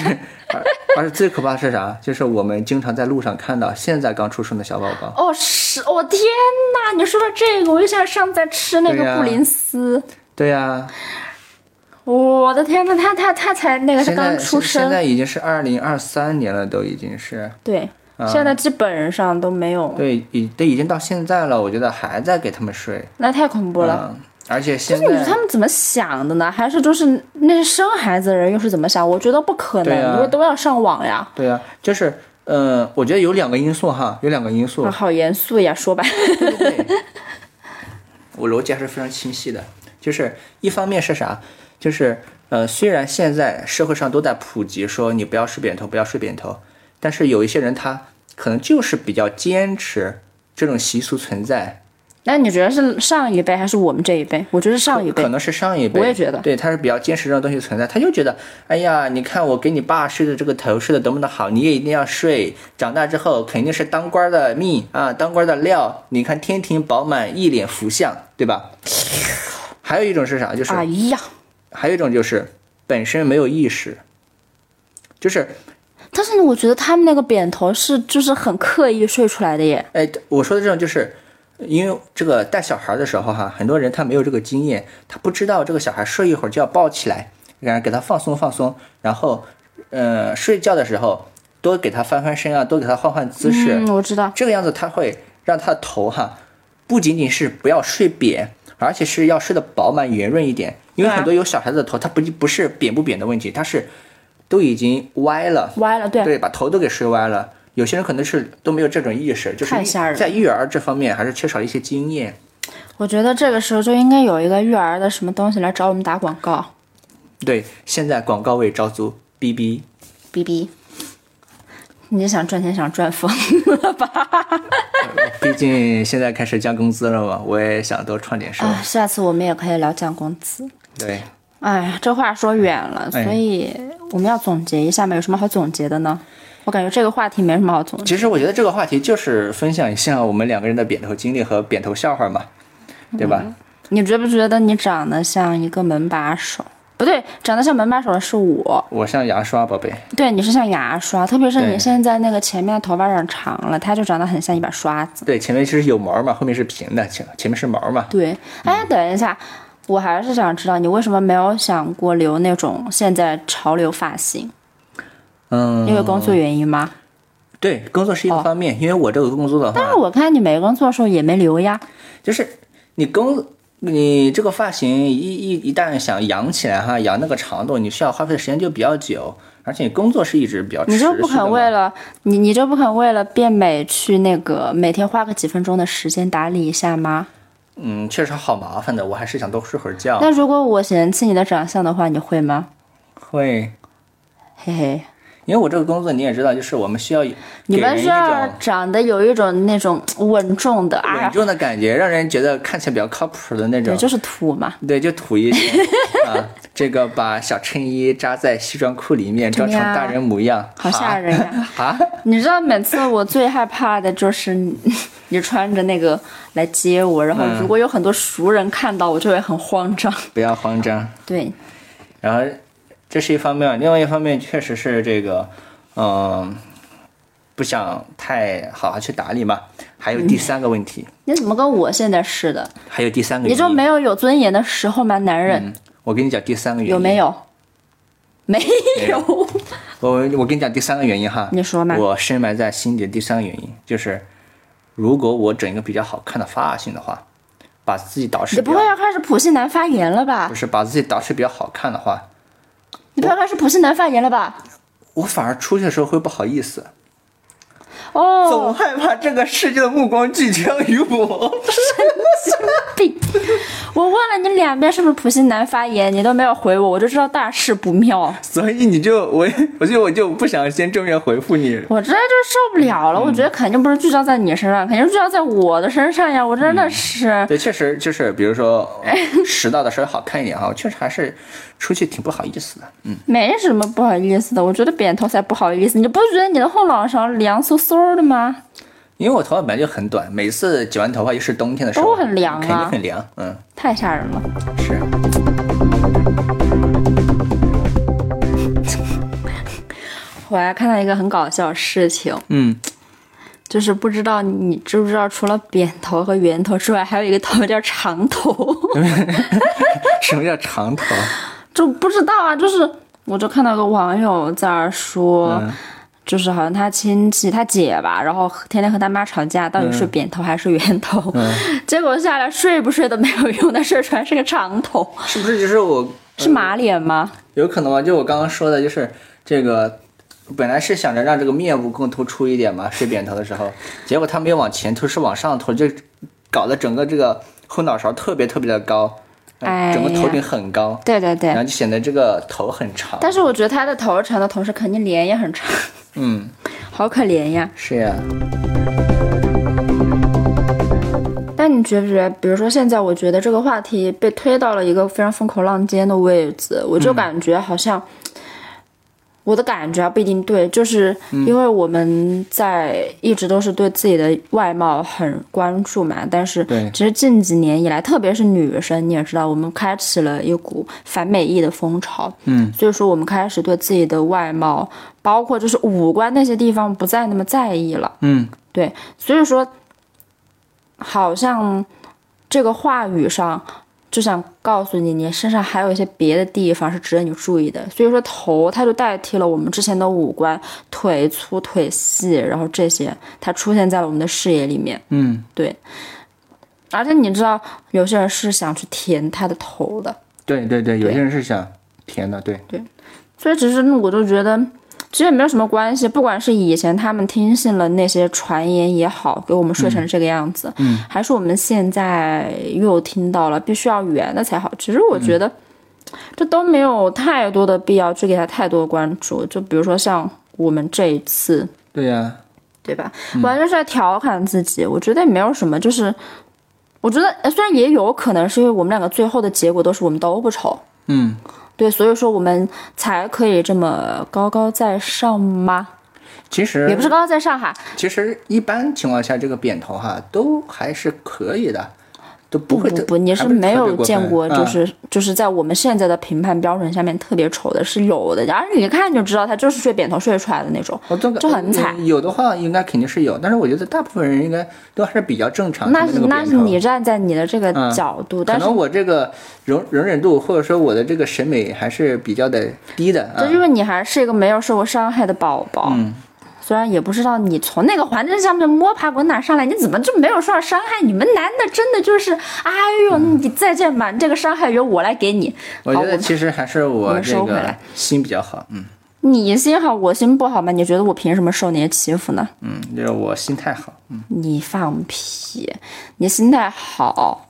(laughs)
而而是最可怕的是啥？就是我们经常在路上看到现在刚出生的小宝宝，
哦，是，我、天哪！你说到这个，我就想上次在吃那
对
个
呀
布林斯，
对呀、
我的天哪，他他他才那个，他
现在
刚出
现
生，
在已经是二零二三年了，都已经是
对，现在基本上都没有，
啊对，已都已经到现在了，我觉得还在给他们睡，
那太恐怖了。
嗯，而且现
那你说他
在
们怎么想的呢？还是就是那些生孩子的人又是怎么想？我觉得不可
对啊
能，
呀
因为都要上网呀。
对啊，就是嗯、呃我觉得有两个因素哈，有两个
(laughs)
因素
啊，，好严肃呀，说吧。
对，我逻辑还是非常清晰的。就是一方面是啥？就是呃，虽然现在社会上都在普及说你不要睡扁头，不要睡扁头，但是有一些人他可能就是比较坚持这种习俗存在，
(laughs) 那你觉得是上一辈还是我们这一辈？我觉得是上一辈
可。能是上一辈，
我也觉得
对，他是比较坚持这种东西存在，他就觉得，哎呀，你看我给你爸睡的这个头睡的多么的好，你也一定要睡，长大之后肯定是当官的命啊，当官的料，你看天庭饱满，一脸福相，对吧？还有一种是啥？就是
哎呀，
还有一种就是本身没有意识，就是
但是我觉得他们那个扁头是就是很刻意睡出来的耶。
哎，我说的这种就是。因为这个带小孩的时候哈，很多人他没有这个经验，他不知道这个小孩睡一会儿就要抱起来，然后给他放松放松，然后，呃，睡觉的时候多给他翻翻身啊，多给他换换姿势，
嗯，我知道。
这个样子他会让他的头哈，不仅仅是不要睡扁，而且是要睡得饱满圆润一点。因为
对啊
很多有小孩子的头，他不不是扁不扁的问题，他是都已经歪了，
歪了，对，
对，把头都给睡歪了。有些人可能是都没有这种意识，就是
太吓人了
在育儿这方面还是缺少了一些经验。
我觉得这个时候就应该有一个育儿的什么东西来找我们打广告，
对，现在广告位招租，B B。
哔哔。你想赚钱想赚疯，
毕竟现在开始降工资了嘛，我也想多创点收入。
啊，下次我们也可以聊降工资。
对，
哎呀，这话说远了，
哎
所以我们要总结一下嘛，有什么好总结的呢？我感觉这个话题没什么好总结。
其实我觉得这个话题就是分享一下我们两个人的扁头经历和扁头笑话嘛，
嗯
对吧？
你觉不觉得你长得像一个门把手？不对，长得像门把手的是我，
我像牙刷，宝贝。
对，你是像牙刷，特别是
对
你现在那个前面的头发染长了，它就长得很像一把刷子。
对，前面其实有毛嘛，后面是平的，前前面是毛嘛。
对，哎，等一下，我还是想知道你为什么没有想过留那种现在潮流发型，
嗯，啊
因为工作原因吗？
对，工作是一个方面，因为我这个工作的
哦但
话
是，我看你没工作的时候也没留呀。
啊就是你工你这个发型一一一旦想扬起来哈，扬那个长度，你需要花费的时间就比较久，而且你工作是一直比较持
你
续的
就不
嘛。
肯为了你，你就不肯为了变美去那个每天花个几分钟的时间打理一下吗？
嗯，确实好麻烦的，我还是想多睡会儿觉。
那如果我嫌弃你的长相的话，你会吗？
会，
嘿嘿，
因为我这个工作你也知道，就是我们需要
你
你
们这儿长得有一种那种稳重的啊，
稳重的感觉，让人觉得看起来比较靠谱的那种
对，。就是土嘛。
对，就土
(laughs)
一些啊。这个把小衬衣扎在西装裤里面，装成大人模样，
好吓人呀！
啊！啊
(laughs) 你知道每次我最害怕的就是你 (laughs) 你穿着那个来接我，然后如果有很多熟人看到我，就会很慌张。 (laughs)
不要慌张。
对，
然后这是一方面，另外一方面确实是这个，嗯、不想太好好去打理嘛。还
嗯
有第三个问题，
你怎么跟我现在似的？
还有第三个
你
原
就
因。
没有有尊严的时候吗？男人、
我跟你讲第三个原因
有没？有？没
没
有。
我我跟你讲第三个原因哈。
你说嘛
我深埋在心底的第三个原因就是，如果我整一个比较好看的发型的话，把自己捯饬
你
比
不
较
会要开始普信男发言了吧
不？是把自己捯饬比较好看的话，
你不要开始普信男发言了吧？
我反而出去的时候会不好意思，
哦，
总害怕这个世界的目光聚焦于我。
病！我问了你两遍是不是普信男发言，你都没有回我，我就知道大事不妙。
(laughs) 所以你就我，我就我就不想先正面回复你。
我真的就受不了了，我觉得肯定不是聚焦在你身上，肯定是聚焦在我的身上呀！我真的是，
对，确实就是，比如说迟到的稍微好看一点啊，确实还是出去挺不好意思的。嗯，
没什么不好意思的，我觉得扁头才不好意思。你不觉得你的后脑勺凉飕飕的吗？
因为我头发本来就很短，每次剪完头发又是冬天的时候，
都很凉啊
肯定很凉。嗯，
太吓人了！
是。啊
我还看到一个很搞笑的事情，
嗯，
就是不知道你知不知道，除了扁头和圆头之外，还有一个头叫长头。
什么叫长头？
就不知道啊，就是我就看到个网友在那儿说，
嗯
就是好像他亲戚他姐吧，然后天天和他妈吵架，到底是扁头还是圆头，
嗯
(laughs) 结果下来睡不睡都没有用，但睡出来是个长头，
是不是就是我
是马脸吗？
有可能吗？就我刚刚说的，就是这个，本来是想着让这个面部更突出一点嘛，睡扁头的时候， (laughs) 结果他没有往前突，是往上突，就搞得整个这个后脑勺特别特别的高，
哎呀
整个头顶很高，
对对对
然，后就显得这个头很长。
但是我觉得他的头长的同时，肯定脸也很长，
嗯，
好可怜呀。
是呀，
但你觉不觉得，比如说现在，我觉得这个话题被推到了一个非常风口浪尖的位置，我
嗯
就感觉好像、我的感觉啊不一定对，就是
嗯
因为我们在一直都是对自己的外貌很关注嘛，但是
对
其实近几年以来，特别是女生，你也知道，我们开启了一股反美意的风潮，
嗯，
所以说我们开始对自己的外貌，包括就是五官那些地方不再那么在意了。
嗯，
对，所以说，好像这个话语上就想告诉你，你身上还有一些别的地方是值得你注意的。所以说，头它就代替了我们之前的五官，腿粗腿细，然后这些它出现在了我们的视野里面。
嗯，
对。而且你知道，有些人是想去填他的头的，
对对对，有些人是想甜的，对，
所以其实我就觉得，其实也没有什么关系。不管是以前他们听信了那些传言也好，给我们睡成这个样子，嗯，还是我们现在又听到了必须要圆的才好。其实我觉得，这都没有太多的必要去给他太多关注。就比如说像我们这一次，
对呀、
对吧？
嗯
完全是在调侃自己，我觉得也没有什么。就是我觉得呃虽然也有可能是因为我们两个最后的结果都是我们都不丑，
嗯，
对，所以说我们才可以这么高高在上吗？
其实
也不是高高在上哈，
其实一般情况下，这个扁头哈都还是可以的，都不
不
会
不，你
还
是
不
没
特别
有
过
见
分
过，就
嗯
是、就是在我们现在的评判标准下面特别丑的是有的，而你一看就知道他就是睡扁头睡出来的那种。
我哦这个
就很惨
有的话应该肯定是有，但是我觉得大部分人应该都还是比较正常。
那
嗯他
是
们那个
那
扁
是
头
你站在你的这个
嗯
角度，
可
但是
能我这个容容忍度或者说我的这个审美还是比较的低的啊
就。因为你还是一个没有受过伤害的宝宝，虽然也不知道你从那个环境下面摸爬滚打上来，你怎么就没有受到伤害？你们男的真的就是，哎呦，你再见吧，你这个伤害由我来给你。
我
好
觉得其实还是我
们
这
收回
个
来
心比较好，嗯
你心好，我心不好吗？你觉得我凭什么受那些欺负呢？
嗯，就是我心态好，嗯，
你放屁！你心态好，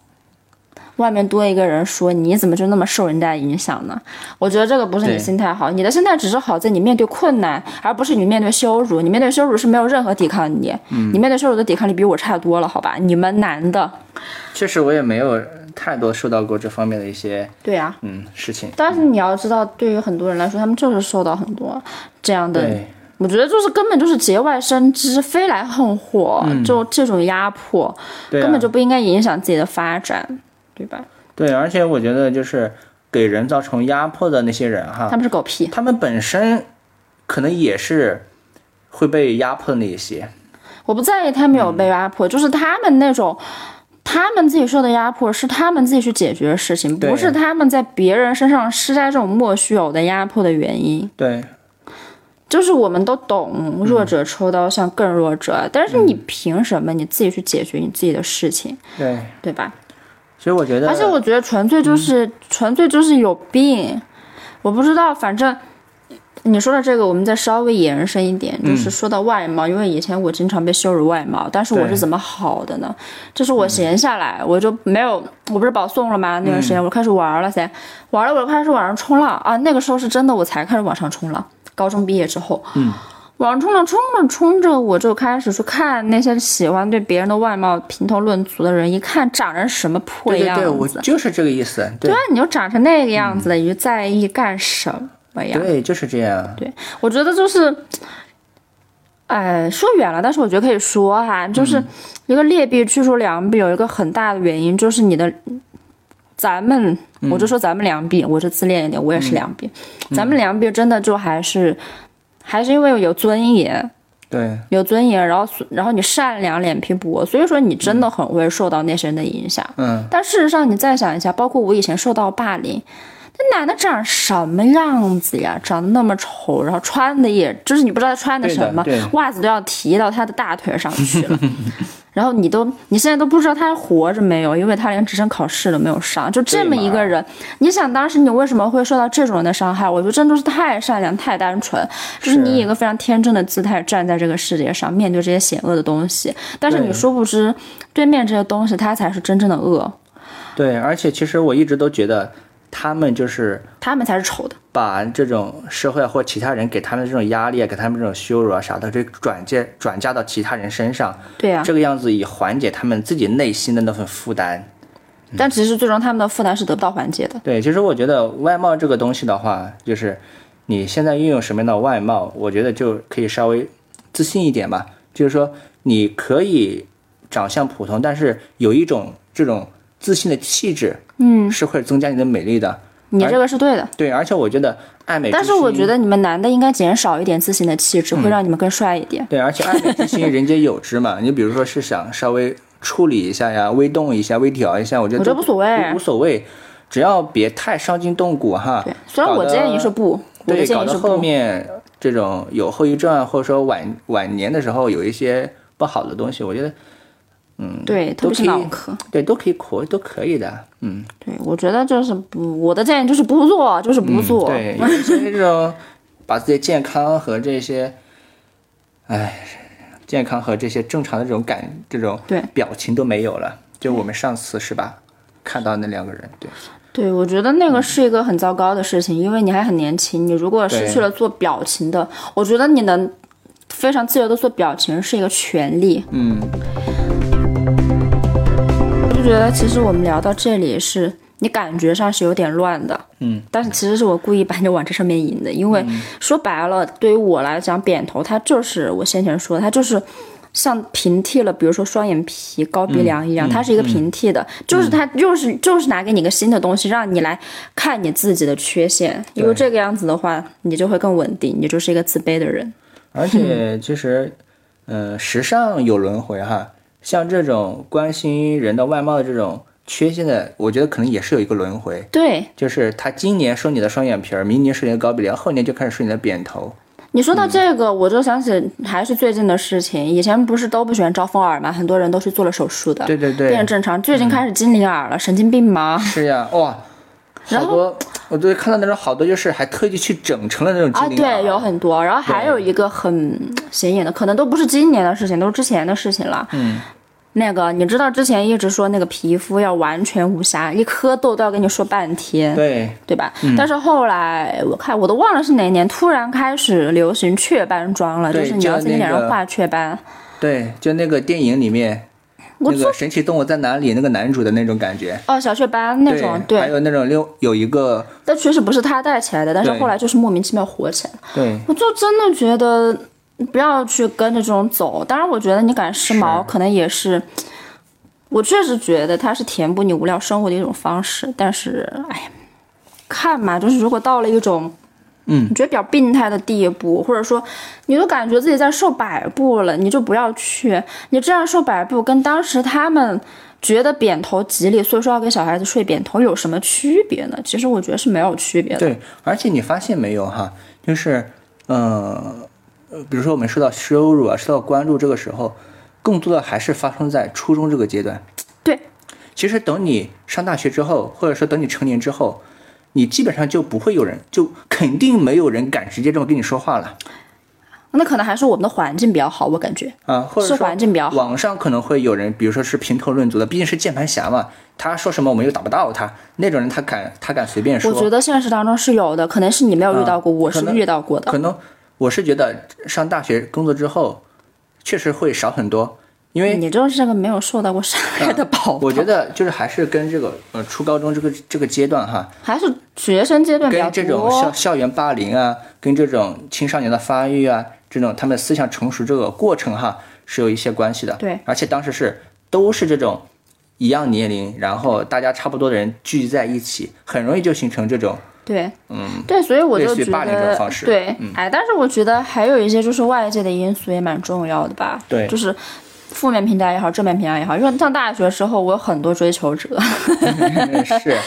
外面多一个人说你怎么就那么受人家影响呢？我觉得这个不是你
对
心态好，你的心态只是好在你面对困难，而不是你面对羞辱。你面对羞辱是没有任何抵抗力，
嗯
你面对羞辱的抵抗力比我差多了，好吧？你们男的，
确实我也没有太多受到过这方面的一些
对呀、啊。
嗯事情。
但是你要知道，对于很多人来说，他们就是受到很多这样的
对，
我觉得就是根本就是节外生枝、飞来横祸，就这种压迫、
嗯对啊
根本就不应该影响自己的发展，对吧？
对，啊而且我觉得就是给人造成压迫的那些人啊哈，
他们是狗屁，
他们本身可能也是会被压迫的那一些。
我不在意他们有被压迫，就是他们那种。他们自己受的压迫是他们自己去解决的事情，
对
不是他们在别人身上施加这种莫须有的压迫的原因。
对，
就是我们都懂弱者抽刀向更弱者，但是你凭什么你自己去解决你自己的事情，
对，
对吧？
所以我觉得，嗯
而且我觉得纯粹就是、纯粹就是有病，我不知道，反正你说的这个，我们再稍微延伸一点，就是
嗯
说到外貌，因为以前我经常被羞辱外貌，但是我
对
是怎么好的呢？就是
嗯
我闲下来，我就没有，我不是保送了吗？那段时
嗯
间我开始玩了噻，玩了我就开始晚上冲浪啊，那个时候是真的，我才开始往上冲浪，高中毕业之后，嗯。往上冲浪，冲着冲着，我就开始去看那些喜欢对别人的外貌评头论足的人，一看长成什么破
对对
样子，
对，我就是这个意思，
对
对嗯
啊，你就长成那个样子了，你就在意干什么呀？
对，就是这样，
对，我觉得就是，哎，说远了，但是我觉得可以说哈、就是一个劣币驱逐良币，有一个很大的原因就是你的，咱们，我就说咱们良币，我是自恋一点，我也是良币，咱们良币真的就还是，还是因为有尊严，
对
有尊严，然后然后你善良，脸皮薄，所以说你真的很会受到那些人的影响。
嗯，
但事实上你再想一下，包括我以前受到霸凌，那男的长什么样子呀？长得那么丑，然后穿的也就是你不知道他穿的
对的
什么
对的，
袜子都要提到他的大腿上去了。然后你都你现在都不知道他还活着没有，因为他连职称考试都没有上，就这么一个人，你想当时你为什么会受到这种人的伤害？我觉得真的是太善良、太单纯，就是
是
你以一个非常天真的姿态站在这个世界上，面对这些险恶的东西，但是
对
你殊不知对面这些东西，它才是真正的恶，
对，而且其实我一直都觉得他们就是
他们才是丑的。
把这种社会或其他人给他们这种压力啊，给他们这种羞辱啊啥的，这转介转嫁到其他人身上，
对啊呀、
这个样子以缓解他们自己内心的那份负担。
但其实最终他们的负担是得不到缓解的。
对，其实我觉得外貌这个东西的话，就是你现在拥有什么样的外貌，我觉得就可以稍微自信一点吧。就是说，你可以长相普通，但是有一种这种自信的气质，嗯，是会增加你的美丽的。
你这个是对的，
对，哎而且我觉得爱美，
但是我觉。得你们男的应该减少一点自信的气质，会让你们更帅一点。
对，而且爱美之心，人皆有之嘛。你比如说是想稍微处理一下呀，微动一下、微调一下，我觉得
我觉得
都
无所谓
无所谓，只要别太伤筋动骨哈。
对，虽然
啊搞
我
得
建议是不，我的
对，
建
搞
议是
到
不
后。面这种有后遗症啊，或者说晚晚年的时候有一些不好的东西，我觉得
对，特别是
可以
脑壳。
对都可以可都可以的，嗯，
对，我觉得就是不，我的建议就是不做，就是不做。(laughs)
嗯对，有一些这种把自己的健康和这些，哎，健康和这些正常的这种感这种
对
表情都没有了，就我们上次是吧？看到那两个人，对，
对我觉得那
嗯
个是一个很糟糕的事情，因为你还很年轻，你如果失去
对
了做表情的，我觉得你能非常自由的做表情是一个权利。
嗯，
我就觉得其实我们聊到这里是。你感觉上是有点乱的，
嗯，
但是其实是我故意把你往这上面引的，因为说白了，对于我来讲，扁头它就是我先前说的，它就是像平替了，比如说双眼皮、高
嗯
鼻梁一样，它是一个平替的，就是它就是就是拿给你个新的东西，让你来看你自己的缺陷，因为这个样子的话，你就会更稳定，你就是一个自卑的人。
(laughs)
(laughs)
而且其实，嗯、时尚有轮回哈，像这种关心人的外貌的这种缺陷的，我觉得可能也是有一个轮回。
对，
就是他今年说你的双眼皮儿，明年说你的高鼻梁，后年就开始说你的扁
(laughs)
头。
你
嗯
说到这个，我就想起还是最近的事情。以前不是都不喜欢招风耳吗？很多人都是做了手术的，
对对嗯对
变正常。最近开始精灵耳了，神经病吗？
是呀，哇，好多我对看到那种好多就是还特地去整成了那种
啊，
精灵耳
对，有很多。然后还有一个很显眼的，可能都不是今年的事情，都是之前的事情了。嗯。那个，你知道之前一直说那个皮肤要完全无瑕，一颗痘都要跟你说半天。
对嗯
对吧？但是后来我看我都忘了是哪年，突然开始流行雀斑妆了，就
对
是你要
就
在你脸
那
上
个
画雀斑。
对，就那个电影里面
我
那个神奇动物在哪里那个男主的那种感觉。
哦，小雀斑那种，对
还，有那种六有一
(laughs)
个
但确实不是他带起来的，但是
对
后来就是莫名其妙火起来了。
对
我就真的觉得不要去跟着这种走。当然，我觉得你赶时髦
是
可能也是，我确实觉得它是填补你无聊生活的一种方式。但是，哎呀，看嘛，就是如果到了一种。
嗯，
你觉得比较病态的地步，或者说，你都感觉自己在受摆布了，你就不要去。你这样受摆布，跟当时他们觉得扁头吉利，所以说要给小孩子睡扁头有什么区别呢？其实我觉得是没有区别的。
对，而且你发现没有哈，就是，呃，呃比如说我们受到羞辱啊，受到关注这个时候，更多的还是发生在初中这个阶段。
对，
其实等你上大学之后，或者说等你成年之后，你基本上就不会有人，就肯定没有人敢直接这么跟你说话了
那可能还是我们的环境比较好，我感觉。
啊，或者
是
说
环境比较好
网上可能会有人，比如说是评头论足的，毕竟是键盘侠嘛，他说什么我们又打不到他，那种人他敢他敢随便说。
我觉得现实当中是有的，可能是你没有遇到过，
嗯
我是
可能
遇到过的。
可能我是觉得上大学工作之后，确实会少很多，因为嗯
你就是个没有受到过伤害的宝宝，
我觉得就是还是跟这个呃初高中这个这个阶段哈，
还是学生阶段比较
跟这种校
多。
校园霸凌啊，跟这种青少年的发育啊，这种他们思想成熟这个过程哈，是有一些关系的。
对，
而且当时是都是这种一样年龄，然后大家差不多的人聚集在一起，很容易就形成这种
对，嗯，对，所以我就
类似于
觉
霸凌这
得
种方式嗯
对，哎，但是我觉得还有一些就是外界的因素也蛮重要的吧。
对
就是负面评价也好，正面评价也好，因为上大学时候我有很多追
(laughs)
求者，
是。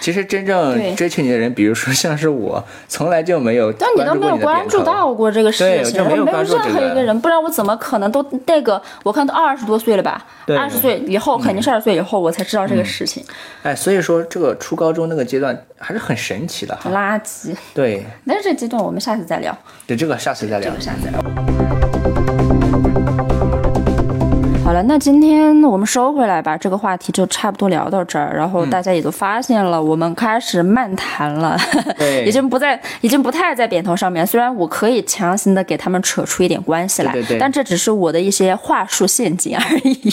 其实真正
对
追求你的人，比如说像是我，从来就没有
但你都没有
关
关
注
注
过你的点头。
到过这个
对
事情，
就
然
没
后
有
没有
关注
任
这
何
个
一个人，不然我怎么可能都那个？我看都二十多岁了吧，
对
二十岁以后肯定是二十岁以后我才知道这个事情，
哎，所以说这个初高中那个阶段还是很神奇的哈。
垃圾。
对，
但是这阶段我们下次再聊，
对，这个下次再聊
这。个下次再聊。好了，那今天我们收回来吧，这个话题就差不多聊到这儿。然
嗯
后大家也都发现了，我们开始漫谈了，(laughs)
对
已经不在，已经不太在扁头上面。虽然我可以强行的给他们扯出一点关系来，
对对对
但这只是我的一些话术陷阱而已。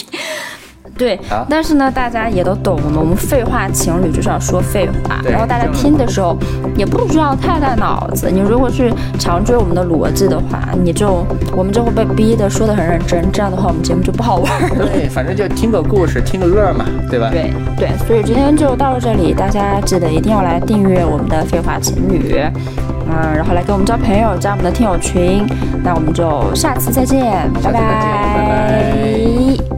对
好，
但是呢，大家也都懂了嘛。我们废话情侣就是要说废话，
对
然后大家
这样
听的时候也不需要太大脑子。你如果是常追我们的逻辑的话，你就我们就会被逼的说的很认真，这样的话我们节目就不好玩儿了。
对，反正就听个故事，听个乐儿嘛，对吧？
对 (laughs) 对，所以今天就到这里，大家记得一定要来订阅我们的废话情侣，嗯，然后来跟我们交朋友，加我们的听友群。那我们就下次再见，
下次再见拜拜
拜拜